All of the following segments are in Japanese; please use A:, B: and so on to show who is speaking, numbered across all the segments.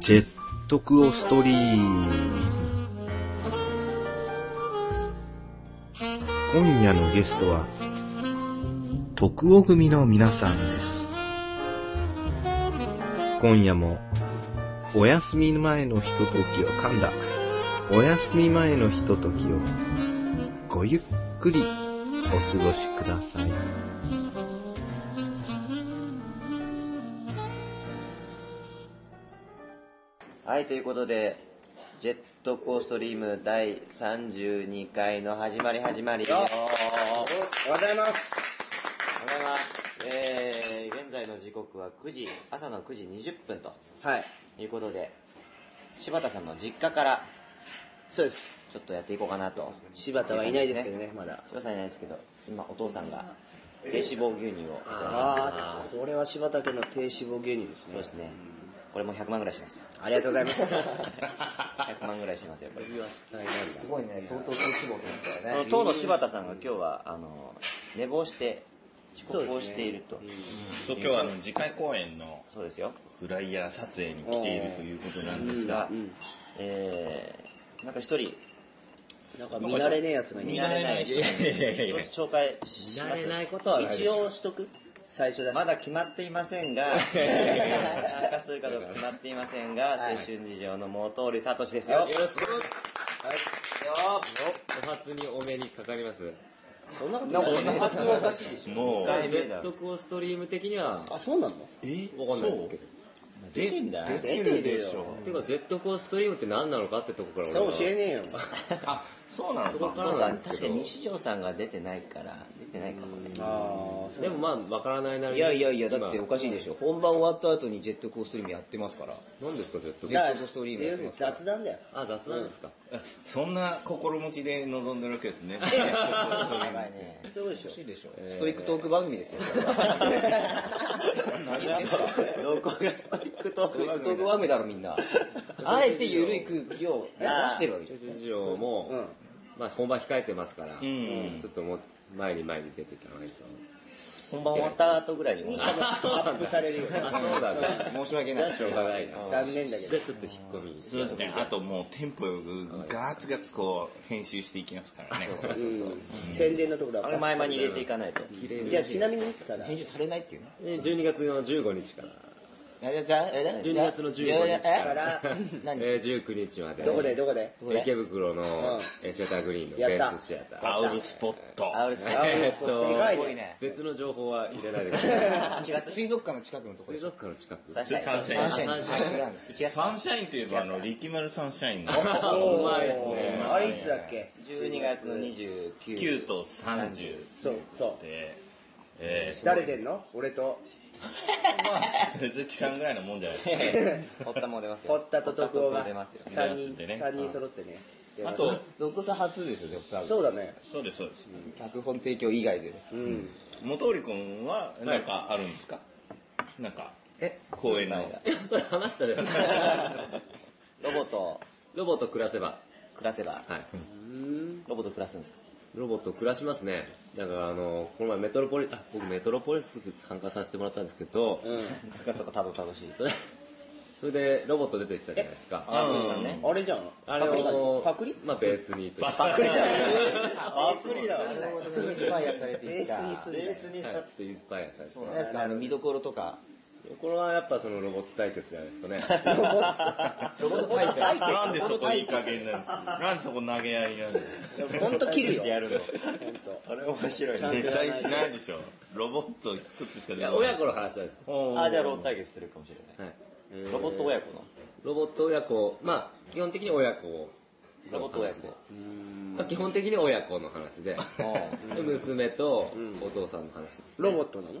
A: ジェットクオストリーム。今夜のゲストは、徳尾組の皆さんです。今夜も、お休み前のひとときを、噛んだ、お休み前のひとときを、ごゆっくりお過ごしください。
B: はい、ということで、ジェットコーストリーム第32回の始まり始まり。おはよう
C: おはようございます。
B: ございます。えー、現在の時刻は9時、朝の9時20分と
C: はい。
B: いうことで、柴田さんの実家から
C: そうです。
B: ちょっとやっていこうかなと。
C: 柴田はいないですけどね、まだ。
B: 柴田さんいないですけど、今お父さんが低脂肪牛乳をいただ
C: あ
B: いてます
C: ー、これは柴田家の低脂肪牛乳ですね。
B: そうですね。これも100万ぐらいします。
C: ありがとうございます。
B: 100万ぐらいしますよ、これ。
D: すごいね、相当低脂肪とった
B: あ
D: よ
B: の
D: ね。
B: 当の柴田さんが今日はあの寝坊して遅刻をしていると
E: そ
B: そう,、
E: う今日はあの次回公演の
B: ですよ、
E: フライヤー撮影に来ているということなんですが、
C: うん
B: えー、なんか一人
C: なんか見慣れねえやつがい
B: 見
C: い
B: 慣れない人
E: いやいやいやいや
B: どうし紹介します
D: ことは
C: 一応しとく最初だし。
B: まだ決まっていません が参加するかどうか決まっていませんが青春事情の毛通り聡ですよ
F: よろしく。はい。お初にお目にかかります。
C: そんなことない
D: おかしいでしょ。
E: もう
B: は、い
F: ジェットコーストリーム的には、
C: あ、そうなの
E: え
F: わかんないですけど。
E: 出てんだ出てるでしょ。
F: てか、ジェットコーストリームって何なのかってとこから俺
C: そう
F: は
C: 教えねえよ。
E: あ、そうな
F: そ
E: のか。
F: こから
B: そう
F: な
B: だ
F: ん
B: ね
F: です
B: 確
F: け
B: か
F: ど。
B: に西条さんが出てないから出てないかもね
C: あー、そう
F: でもまあ、わからないなりに
D: いやいやいや、だっておかしいでしょ。本番終わった後にジェットコーストリームやってますから。
F: 何ですか、ジェットコー
C: じ
F: ス
C: ゃあ
D: ジェットコーストリームやってます
C: 雑談だよ。
F: あ、雑なんですか。
E: そんな心持ちで臨んでるわけです ね。
B: やばい ね
C: そうでし
D: おかし
C: ょ。
D: いでしょ。ストイックトーク番組ですよ。ストイ
B: 濃厚がストイックトーク
D: ックトーク番組だろ、みんな。あえて緩い空気を出してるわけじゃ
F: 青
D: ん。
F: 春事情も、
C: うん。
F: まあ、本番控えてますから、
E: ん
F: ちょっともう、前に前に出ていかないと。
B: 本番終わった後ぐらいにもうな
F: あ、そう
C: アップされるよ。
F: あ、そうなんだ。
D: 申し訳ない。
F: しょうがないな。
C: 残念だけ
F: じゃ
C: ど
F: あ。ちょっと引っ込み。
E: そうですね。あともうテンポよくガツガツこう編集していきますからね。
C: うん。宣伝のところ
B: あ
C: は
B: れ前々に入れていかないと
C: じゃあちなみにいつから
D: 編集されないっていうね。
F: 12月の15日から。
D: じゃじゃ
F: 12月の15日から、え
D: 何
F: ー、19日まで。
C: どこでどこで
D: どこで
F: 池袋
C: う
F: の
C: ん
F: えーシアターグリーンの
C: やっ
F: ベ
C: た
F: ースシアター。
E: アウルスポット。
B: あ俺さ
F: えーっ
C: でかい
D: すごい
C: ね。
D: ね。
F: 別の情報は入れないでください。
D: 水族館の近くのとこ
F: 水
D: でしょ。
F: 族館の近く。
B: 確かに
E: サンシャ
D: サ
E: イ
D: ンシャイン。あ違うんだ
B: 1月
E: サンシャインといえばあの、力丸サンシャインの
F: うまいですね
C: あれいつだっけ
B: 12月の29
E: 9と30
C: そう、そう。
E: で、えー
C: 誰出んの俺と、
E: まあ、鈴木さんぐらいのもんじゃない ですか。
B: ホッタも出ますよ
C: 堀田と徳尾が
B: 出ますよ
E: 出
C: 3人、
E: ますんでね
C: 3人揃ってね。
E: あと、
D: ロコさん初ですよ、サービ
C: そうだね。
E: そうです、そうです。
D: ス脚本提供以外でね。
C: うん。
E: 元織君は、なんかあるんですかなんか、
B: え
E: 公演の。
F: いや、それ話したじゃん。
B: ロボと
F: ロボと暮らせば。
B: 暮らせば
F: はい。
B: ロボと暮らすんですか
F: ロボと暮らしますね。だからあの、この前メトロポリ、あ、僕メトロポリス参加させてもらったんですけど、
C: うん。
B: そこ多分楽しい
F: それ、それでロボット出てきたじゃないですか。
B: あそうでしたね
C: あれじゃん。
F: あれを、
C: パクリ
F: まあベースにというか。
C: パクリだパクリだ
D: なるほどね、インスパイアされていった。
C: ベース
D: そ
C: に
D: う
B: ベースに
F: はい、ちょっとインスパイアされて。
D: なんですか、あの、見どころとか。
F: これはやっぱそのロボット対決じゃないですかね。
C: ロボッ
D: ロボット対戦。
E: なんでそこいい加減 なのなんでそこ投げ合いなんで
C: ト。ほんと切るよ。
E: やるの。
C: ほんと。
E: あれ面白い
C: ちゃんとや
E: 絶
C: らない
E: 対しないでしょ。ロボット一つしか
F: い
E: 出
F: や、親子の話なんです。
E: 子
B: あじゃあロボット対決するかもしれな
F: はい。
B: いロボット親子の
F: ロボット親子、まあ、基本的に親子
B: ロボット親
F: で
B: 子、
F: まあ、基本的に親子の話で、で娘とお父さんの話です、
C: ロボットなの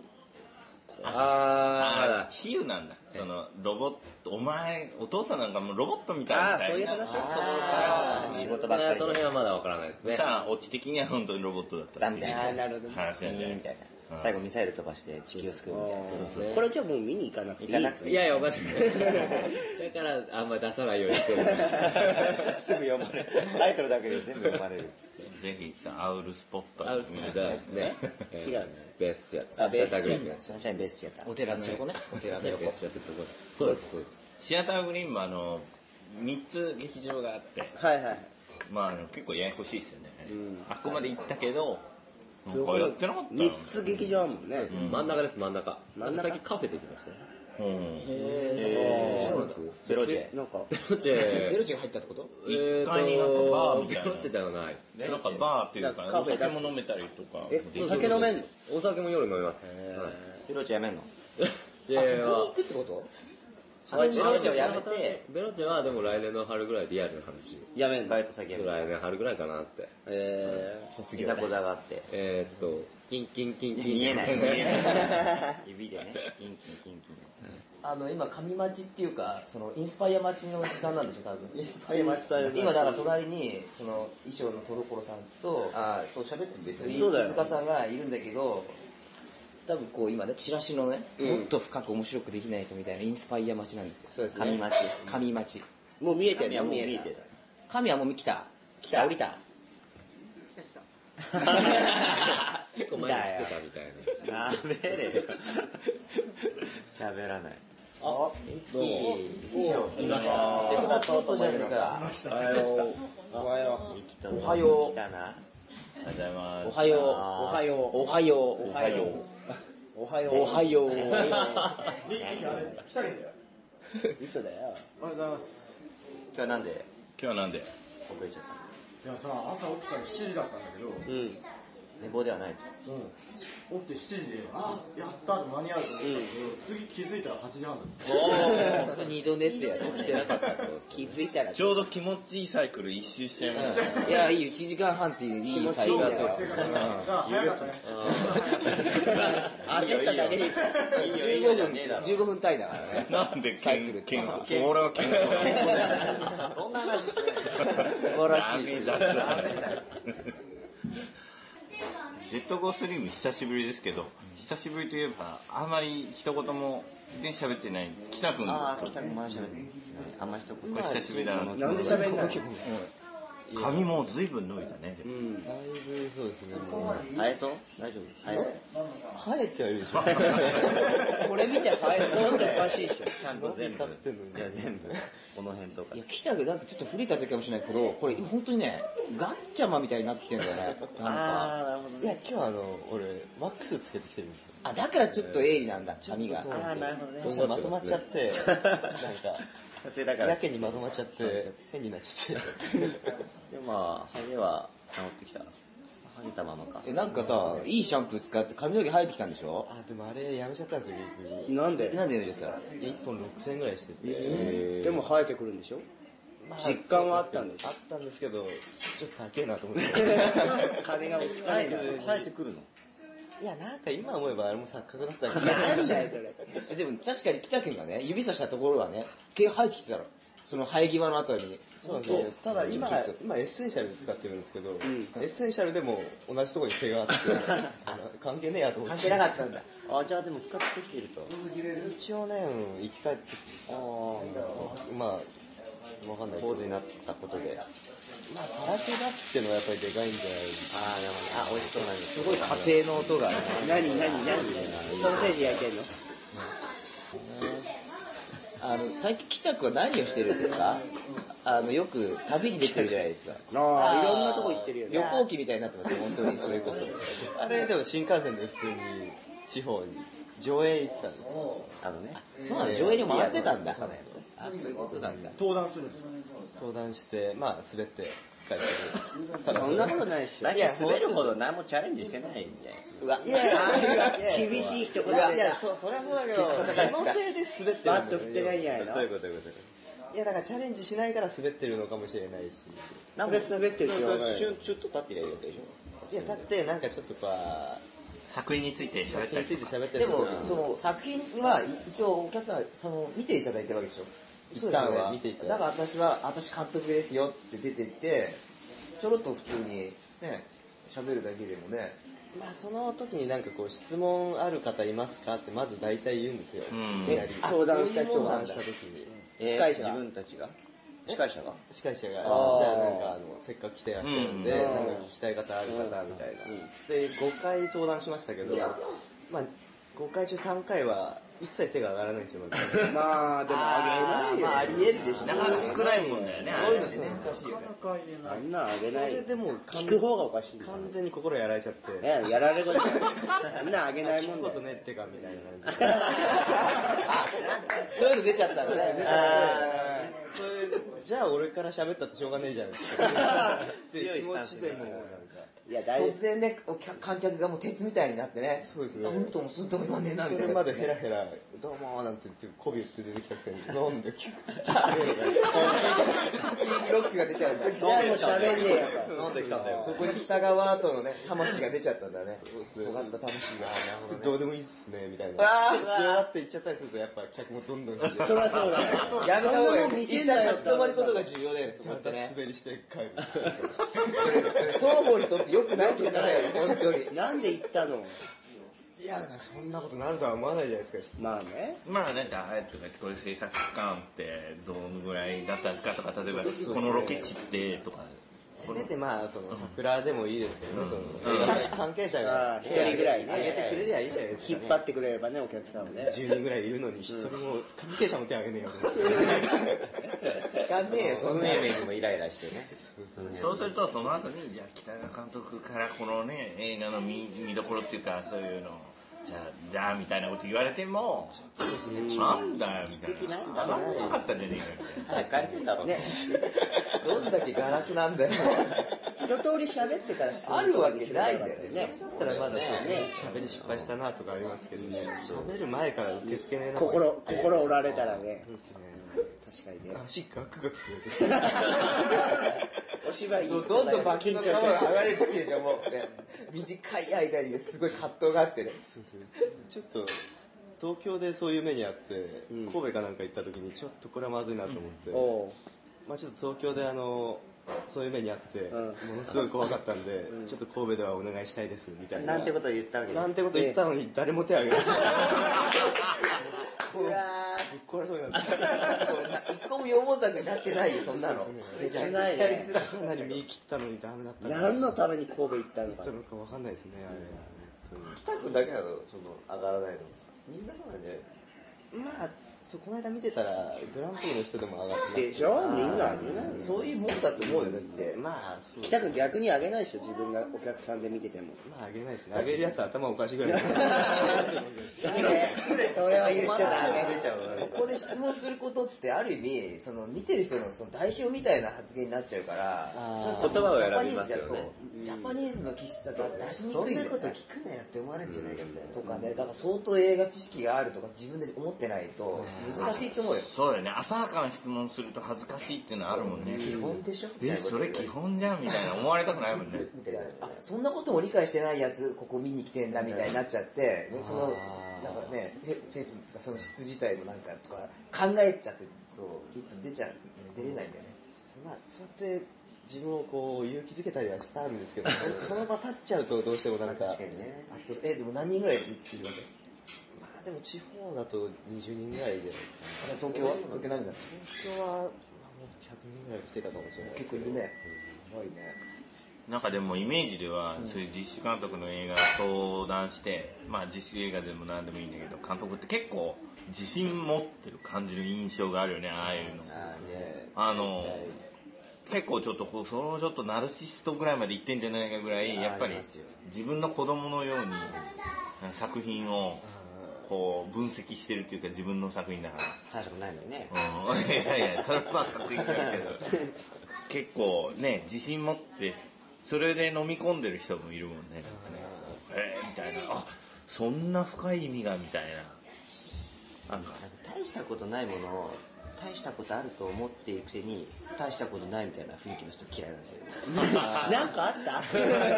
E: あ、
F: あ
E: 比喩なんだ。その、ロボット、お前、お父さんなんかもうロボットみたい
C: あ
E: な。
C: あ、そういう話
E: そ
C: あ
B: 仕
F: ー
B: 事ばっか
F: あ、
B: り
F: その辺はまだわからないですね。
E: さあ、オチ的には本当にロボットだったっていう
C: あー、なるほどね。
E: 話なんじゃない
B: みたいな最後ミサイル飛ばして地球を救うみたいな
F: そうですね
C: これじゃあもう見に行かなくていいです
F: いやいや、おかしくない。だから、あんま出さないようにしてる。
B: すぐ読まれるタイトルだけで全部読まれる
E: ぜひさ、アウルスポット。
F: アウスのじゃあですね、えー
C: 違う
F: ベースシアター、シアターグリーンベースシ
B: サンシャインベースやった
D: お寺の横ね。お寺の
F: アター
D: 横
F: ベー。スシアターってとこです。そうです、そうです。
E: シアターグリーンもあの、3つ劇場があって、
C: はいはい。
E: まああの、結構ややこしいですよね。
C: うん
E: あっこまで行ったけど、な
C: そ
E: んか
C: こ
E: やってなかった
C: 三つ劇場あるもんね。
E: うん
F: 真ん中です、真ん中。
C: 真ん中
F: さっきカフェで行きましたよ。
E: うん。
C: へー
F: そうなんです。
B: ベロジェ。
C: なんか、
F: ベロチ
D: ベ
F: ェ
D: ロ。チが入ったってこと
F: えーと
E: 一階になんかバーみたいな
F: ベロチェではない。
E: なんかバーっていう
C: なん
E: か、
C: か
E: お
C: カフェだ
E: 酒も飲めたりとか。
C: え、
F: そうそう
C: 酒飲めんの
F: お酒も夜飲みます。はい
B: ベロチェやめんの
F: ベ ロチ
D: あ、そ
F: ェ
D: こに行
F: は、
D: くってこと
B: それにベロチェをやめて、
F: ベロチェはでも来年の春ぐらいリアルな話。
C: やめんの
B: バイト先やめる。
F: 来年春ぐらいかなって。
C: え
B: いざこざがあって。
F: えーっと、キンキンキンキン。
B: 見えない。
F: 見えない
B: 指でね、キンキンキンキン。
D: あの、今、上町っていうか、その、インスパイア町の時間なんでしょ、多分。
C: ー、スパイマスタイル。
D: 今、だから隣に、その、衣装のトロコロさんと、
B: ああ、そう喋ってるんです
D: そう
B: よ。
D: い
C: そうだよ
D: う手塚さんがいるんだけど、多分こう今ね、チラシのね、もっと深く面白くできないとみたいなインスパイア待ちなんですよ。
C: そうです
B: 神
C: ね。
B: 町。
D: 神待ち。
C: もう見えて
B: 神
C: る
B: は
C: の
B: もう見
C: 見
B: え
C: え
B: て
C: て
B: る
C: る。。
D: 神はもう来た。
B: 来た、降りた。
F: 結構前に来てたみたいな。
B: やべれよ。喋らない。
C: あ、
F: どうも。
B: いました。
D: 手塚京都じゃねえか。
F: おはよ
C: おはよ
B: 生きたな
D: おはよう
B: 生きたな。
E: おはようございます。
D: おはよう。
B: あー
D: おはよう。おはよう。
C: う。おはよう。おはよう。
D: おはよう。
C: 嘘だよ。
G: おはようございます。
B: 今日はなんで
E: 今日はなんで
B: 遅れちゃったの
G: いやさ、朝起きたら7時だったんだけど、うん
C: うん。
B: 寝坊ではないと。
G: 起きて7時で、あー、やったって間に合うと思ったけど、次気づいたら8時半だった。
D: おー二度寝ってやつ。
F: う。来てなかったってことですね
C: 気づいた ら、
E: ちょうど気持ちいいサイクル一周しちゃいました。
D: いや、いいよ、1時間半っていういいサイズだ
C: 気持ちいいん
G: 生
C: だよ
G: 活が早かったね。
C: あ焦っただけでしょ。
B: いいよ、いいよ、
D: 15
B: じゃ
D: 分、
B: ねえだろ。
D: 15分単位だからね。
E: なんで
D: サイクル
E: 健
D: って
E: 健康
D: のは
E: 俺は健康
B: そんな話してない。
D: 素晴らしい。
E: ダメだ
B: ダメだよ
E: ジェットコーストリーム久しぶりですけど、久しぶりといえば、あまり一言もね喋ってない、北くん
B: あー、来
E: と
B: た、まだ喋ってない。あんま一言
E: これ久しぶりだな。
C: なんで喋んない
E: 髪もずいぶん伸びたね。
F: うん。
B: だいぶそうですね。生えそう大丈夫生えそう
C: 生えてはいるでし
B: ょ
C: これ見て生えそうっておかしいでしょ。
B: ちゃんと全部。いや、全部。この辺とか
D: いや、。来たけど、なんかちょっと古い建てかもしれないけど、これ本当にね、ガッチャマみたいになってきてるんだよ ね。なんか。
B: あー、なるほどね。
H: いや、今日あの、俺、ワックスつけてきてるんですよ。
D: あ、だからちょっと鋭利なんだ、髪が。
B: あー、なるほどね。
H: そしたらまとまっちゃって、なんか、
B: 撮影だから。
H: やけにまとまっちゃって、変になっちゃって。
B: で、まあ、ハゲは治ってきた。ハゲたままか。
D: え、なんかさ、いいシャンプー使って髪の毛生えてきたんでしょ
H: あ、でもあれ、やめちゃったんですよ、逆に。
C: なん
D: え
C: で
D: なんでやめちゃった
H: 1本6000円ぐらいしてて。
C: でも生えてくるんでしょ
H: ま
C: 実感はあったんでしょ
H: あったんですけど、ちょっと高えなと思って。
C: 金が落ちないから。
B: 生えてくるの
H: いや、なんか今思えばあれも錯覚だったんです
C: 何だよ、それ。
D: えでも確かに北君がね、指さしたところはね、毛生えてきてたろ。その生え際のあたりに。
H: そうなんですよ。ただ今、今エッセンシャル使ってるんですけど、エッセンシャルでも同じとこに毛があ って、あの関係ねえやと思って。
D: 関係なかったんだ。
B: あ、じゃあでも比較してきてると。
H: 一応ね、うん生き返ってきた。まあ、わかんないけど。
B: 坊主になったことで。あー、なる
H: まあ、さらけ出すっていうのはやっぱりでかいんじゃないです
B: ほど。あ、美味しそうなんです。
D: すごい家庭の音がね。
C: 何、何、何ソーセージ焼いてんの
D: あの、最近北君は何をしてるんですかあの、よく旅に出てるじゃないですか。
C: ああ、いろんなとこ行ってるよね。
D: 旅行機みたいになってますよ、本当に、それこそ。
H: か。あれ、でも新幹線で普通に地方に上映行ってたんですよ。
B: あのね。
D: そうなの、上映に回ってたんだ。あ、そういうことなんだ。
G: 登壇するんですよ。
H: 登壇して、まあ、滑って帰ってくる。
C: そんなことないでしょ。
B: だけど滑るほど何もチャレンジしてないんじゃないですか。
D: うわ、
C: 厳しい一言
H: いや、い
C: で
H: や、そ、そりゃそうだけど、
D: 確
H: そ
D: かに
H: のせいで滑ってるんだよ
C: バッと振ってないんじゃないの
H: どういうことどういうこといや、だからチャレンジしないから滑ってるのかもしれないし。
C: なんか滑ってるしょうがない。
B: ちょっと立ってりゃいいわけでしょ。
H: いや、だってなんかちょっとこ
E: 作品について
H: う、
E: 喋っ
H: 作
E: た
H: 品
E: り
H: について
E: とか。
H: 喋ったり
D: で
H: とか
D: も、その作品は一応お客さん、その見ていただいてるわけでしょ。
H: そうです
D: 一
H: ね
D: 旦は。
H: 見ていただいて
D: だから私は、私監督ですよって出てって、ちょろっと普通にね、喋るだけでもね。
H: まあ、その時になんかこう、質問ある方いますかって、まず大体言うんですよ。
E: うん
H: いきなり
C: 相談した人
H: 相
C: が
H: 談した時に。
C: 司会者
B: 自分たちが司会者が
H: 司会者が、じゃ
C: あー
H: あなんかあの、せっかく来てらっしゃるんで、
E: うん
H: なんか聞きたい方ある方みたいな。で、5回登壇しましたけど、まあ、
F: 5回中3回は一切手が上がらないんですよ、僕
B: まあ、でもあげないよ。
D: まあ、ありえるでしょ。
E: なかなか少ないもんだよね
D: そういうのって難しいよね。
C: か言え
B: あ
C: ない。
B: んなんあげない
F: そ
B: よ
F: れ。でもう完
B: 聞く方がおかしいんだよ
F: 完全に心やられちゃって。
B: ねやられることない。あんなんあげないもん
F: 聞く
B: だよ
F: こと。ねえってか、 みたいな感じで。
D: あそういうの出ちゃったんだね。あ
F: それじゃあ俺から喋ったってしょうがねえじゃん。っていう気持ちでもうなんか。
B: いや、
D: ー
B: 大丈
D: 突然ね、お客観客がもう鉄みたいになってね。
F: そうですね
D: あうんともすんとも言わねえな、
F: そ
D: みたい
F: れ
D: な。
F: までヘラヘラ、どうもーなんて、媚び売って出てきたくせに、なんで聞く
D: 急にロックが出ちゃうんだ。
B: 夫。じゃあもう喋んねえよ。
F: なんで来たんだよ。
D: そこに北川とのね、魂が出ちゃったんだね。
F: そうですね
D: 尖った魂が。
F: どうでもいいっすね、みたいな。
D: あー
F: 連れだって行っちゃったりすると、やっぱ客もどんどん来て、
B: そりゃそうだよ。
D: やめた方がいい。
B: そ
D: 一
B: んなもん見せんな
D: 旦
B: よ
D: 立ち止まることが重要だよね、そこ
F: ま
D: って
F: た
D: ね。
F: 滑りして帰る。
D: それ、それ双方にとって良くないってことだよ、本当に。
B: なんで行ったの
F: いや、そんなことなるとは思わないじゃないですか。
B: まあね。
E: まあなんか、あえてこれ制作期間ってどのぐらいだったんですかとか、例えば
F: そう
E: このロケ地ってとか、
F: せめてまあ、その、桜でもいいですけどね、そ
E: うん
F: の、関係者が
B: あー一人ぐらいね
F: あげてくれりゃいいじゃないです
B: 引
F: か。
B: っ張ってくれればね、お客さんをね。
F: 10人ぐらいいるのに、一人も、関係者も手挙げねえよ。
D: 聞かねえよ、そんな。
I: にもイライラしてね。
E: そうするとその後に、じゃあ北川監督からこのね、映画の見見どころっていうか、そういうのをじゃあ、じゃあみたいなこと言われても、なんだよみたいな。あなんもなかったんじゃねえかみた
I: 疲
E: いな。
I: れてんだろうね。
D: どんだけガラスなんだよ。
B: 一通り喋ってから
D: あるわけないんだよね。
B: ね。
F: だったらまだそうですね、喋り失敗したなとかありますけどね、喋る前から受け付けねえな。
B: 心、心折られたらね
F: そう。ですね。
B: 確かにね。
F: 足ガクガク震えて
B: お芝居
D: どんどんバキ
B: 緊
D: の
B: 張
D: 皮が上が
B: して
D: れてきてるじゃん、もう、ね。短い間にねすごい葛藤があってね。
F: そうですねちょっと、東京でそういう目にあって、
B: うん
F: 神戸かなんか行った時に、ちょっとこれはまずいなと思って、
B: おう
F: まあちょっと東京であの、そういう目にあって、
B: うん
F: ものすごい怖かったんで、ちょっと神戸ではお願いしたいです、みたいな。
B: なんてこと言ったわけ
F: なんてこと言ったのに誰も手挙げない。
B: うわ
F: ぶっ壊れそうになって。
D: そんな、一個も予防策になってないよ、そんなの。
B: ー切ないね
F: かなり見切ったのにダメだった
B: 何のために神戸行ったの
F: だ
B: か
F: ったのかわかんないですね、あれ。本
I: 北くんだけなの、その、上がらないの。みんなそうなんじゃない
F: 当にまあ、そう、この間見てたら、グランプリの人でも上がって
B: でしょみんなあげないの
D: そういうもんだと思うよ、だって。
F: まあ、そう。
B: 北君逆にあげないでしょ自分がお客さんで見てても
F: まあ、上げないですね。上げるやつ頭おかしいぐらい。
B: それは言っちゃダメ
D: そこで質問することって、ある意味、その、見てる人のその代表みたいな発言になっちゃうから、
F: ー
D: それ
I: 言葉を選びますよね
D: ジャパニーズじゃんそうジャパニーズの気質だと出しに
I: そ
D: くい
I: ん
D: よ
I: な
D: ね
I: こと聞くなよって思われるんじゃないかみたいな。
D: とかね、だから相当映画知識があるとか自分で思ってないと難しいと思うよ。
E: そうだよね、朝はかん質問すると恥ずかしいっていうのはあるもんね。
D: 基本でしょ
E: え、それ基本じゃんみたいな思われたくないもんね。
D: あそんなことも理解してないやつここ見に来てんだみたいになっちゃって、ねそのなんかねフェフェスとかその質自体もなんかとか考えちゃって一歩出ちゃう出れないんだよね
F: まあ、そうやって、自分をこう、勇気づけたりはしたんですけど、そその場立っちゃうとどうしてもなんか、ま
D: あとえでも何人ぐらいいるわけ
F: あでも地方だと20人ぐらいで、
D: あ東京は東京何人だ
F: 東京は、まあもう100人ぐらい来てたかもしれないです
D: 結
F: け
D: 構
F: ど。
D: いるねすごいね
E: なんかでもイメージでは、そういう実主監督の映画を登壇して、まあ実主映画でも何でもいいんだけど、監督って結構自信持ってる感じの印象があるよね、ああいうの。あの、結構ちょっとこう、そのちょっとナルシストぐらいまで行ってんじゃないかぐらい、やっぱり自分の子供のように作品をこう分析してるっていうか自分の作品だから。
B: 大したことないのにね
E: うん、 いやいや、それは作品だけ ど、 結構ね、自信持って、それで飲み込んでる人もいるもんね。えー、みたいな、あそんな深い意味が、みたいな。なんか、
B: 大したことないものを大したことあると思っていくせに大したことないみたいな雰囲気の人嫌いなんです よなんかあった
E: あるある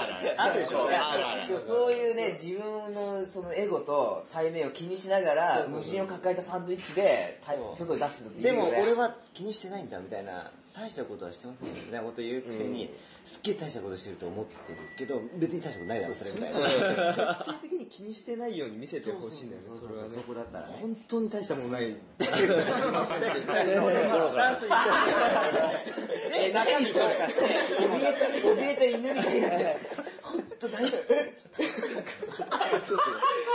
E: ある。あるでしょあるあ
D: でも
E: る。
D: そういうね自分のそのエゴと対面を気にしながら無心を抱えたサンドイッチで対外に出す人ってい
B: で
D: るよ
B: も
D: ね
B: 俺は気にしてないんだみたいな大したことはしてませんみたいなこと言うくせに、すっげえ大したことしてると思ってるけど別に大したことないだろそれみたいな
F: 徹底的に気にしてないように見せてほしいんだよね、それはね。そこだったら本当に大したもんない。
D: え、中身そうかして、 怯えて、怯えて犬みたいな。ほんと大丈夫。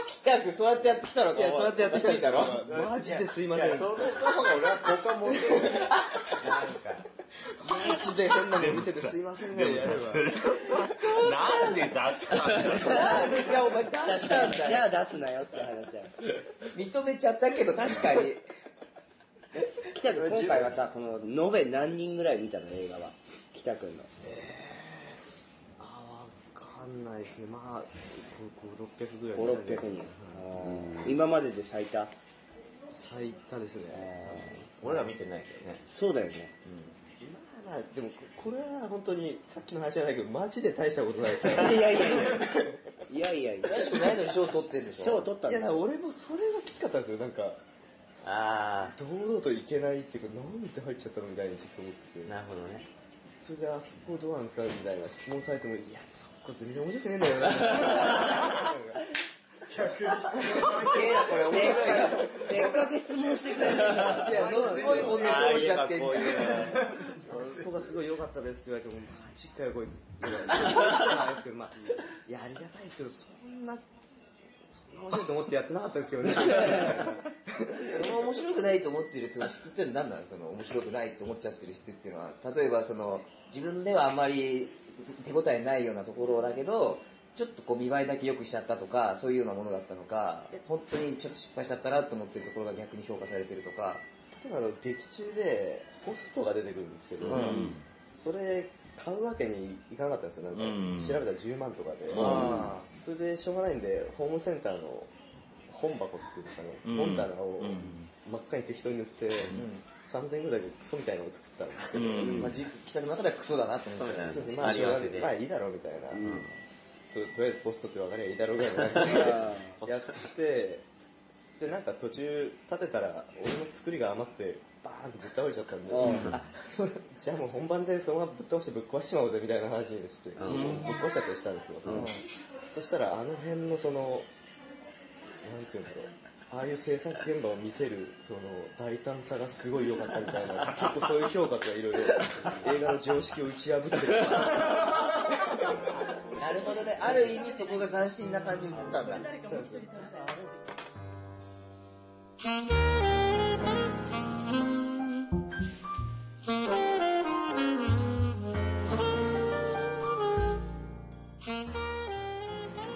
C: 北くそうやってやってきたのか。
E: いや、そうやってやってきた
C: だろ。
E: マジですいません。
C: いや
E: マ
C: その方が俺は好感持ってる。
E: ジで変なの見ててすいませんが、やれば。
J: なんで出したんだよ。
D: じゃあお前出したんだ
C: じ
D: よ。
C: ゃあ出すなよって話だよ。
D: 認めちゃったけど確かに。
C: 北くん、今回はさ、この、延べ何人ぐらい見たの映画は。北くんの。
E: あー、わかんないですね。まあ、5、600ぐらい
C: 5、
E: です
C: 600
E: ね
C: 人。今までで最多。
E: 最多ですね。
C: 俺ら見てないけどね。そうだよね。
E: まあまあ、でも、ここれは本当に、さっきの話じゃないけど、マジで大したことないです
C: いやいやいやいやいやいや
D: らしくないのに賞取ってるでしょ。
C: 賞取ったん
E: いや、だ
C: だ
E: から俺もそれがきつかったんですよ。なんか、
B: あ
E: 堂々といけないっていうか、なんで入っちゃったのみたいにちょっと思って
B: あ
E: て。
B: なるほどね
E: それで、あそこどうなんですかみたいな質問されても、いや、そこ全然面白くねえんだよな。
D: すげえな、これ面白いな。
C: せっかく質問してくれたんだ
D: いや、ものすごい本音こぼしちゃってんじゃん。
E: あそこがすごい良かったですって言われても、マジかよ、こいつ。みたいなそうなんですけど、 まあ、いや、ありがたいですけど、そんな、そんな面白いと思ってやってなかったですけどね。
D: その面白くないと思ってるその質って何なのその面白くないと思っちゃってる質っていうのは、例えばその自分ではあんまり手応えないようなところだけど、ちょっとこう見栄えだけ良くしちゃったとか、そういうようなものだったのか、本当にちょっと失敗しちゃったなと思ってるところが逆に評価されてるとか、
E: 例えばあの、劇中で、ホストが出てくるんですけど、
D: うん
E: それ、買うわけにいかなかったんですよ。なんか、
J: うん
E: 調べたら10万とかで。
D: あ
E: それでしょうがないんで、ホームセンターの本箱っていうんですかね、
J: うん
E: 本棚を
J: うん
E: 真っ赤に適当に塗って、3000円ぐらいでクソみたいなのを作ったんです
J: う
E: よ。
D: ー
J: ん
D: まあ、じ北の中ではクソだなと思って
E: そうですね、まあしょうがない、まあいいだろうみたいな、ととりあえずポストって分かりゃいいだろうぐらいの感じでやって、で、なんか途中立てたら、俺の作りが余って、バーンとぶっ倒れちゃったんで、 あそれじゃあもう本番でそのままぶっ倒してぶっ壊しちまおうぜみたいな話にして、ぶっ壊しちゃったりしたんですよ。そしたらあの辺のその、なんていうんだろう。ああいう制作現場を見せる、その、大胆さがすごい良かったみたいな、結構そういう評価とかいろい ろ、映画の常識を打ち破ってる。
D: なるほどね。ある意味そこが斬新な感じに映ったんだ。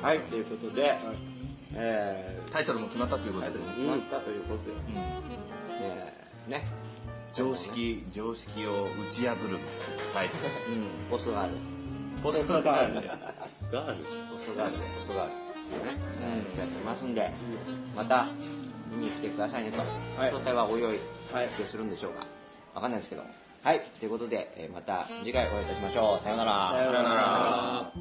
B: はいということで、え
J: タイトルも決まったというこ
B: ー、タ
J: と
B: イト
J: で
B: ル。も決まったということで、
J: うん
B: えー、ね
J: 常識、常識を打ち破る。はい。
B: ポストがある
J: ポストがある。
K: ガール
B: ポストがあるポストがあるね、えーやってますんでまた見に来てくださいねと、詳細はおいおい発表するんでしょうかわかんないですけどはいということで、えーまた次回お会いいたしましょうさようなら
J: さよなら。
B: 「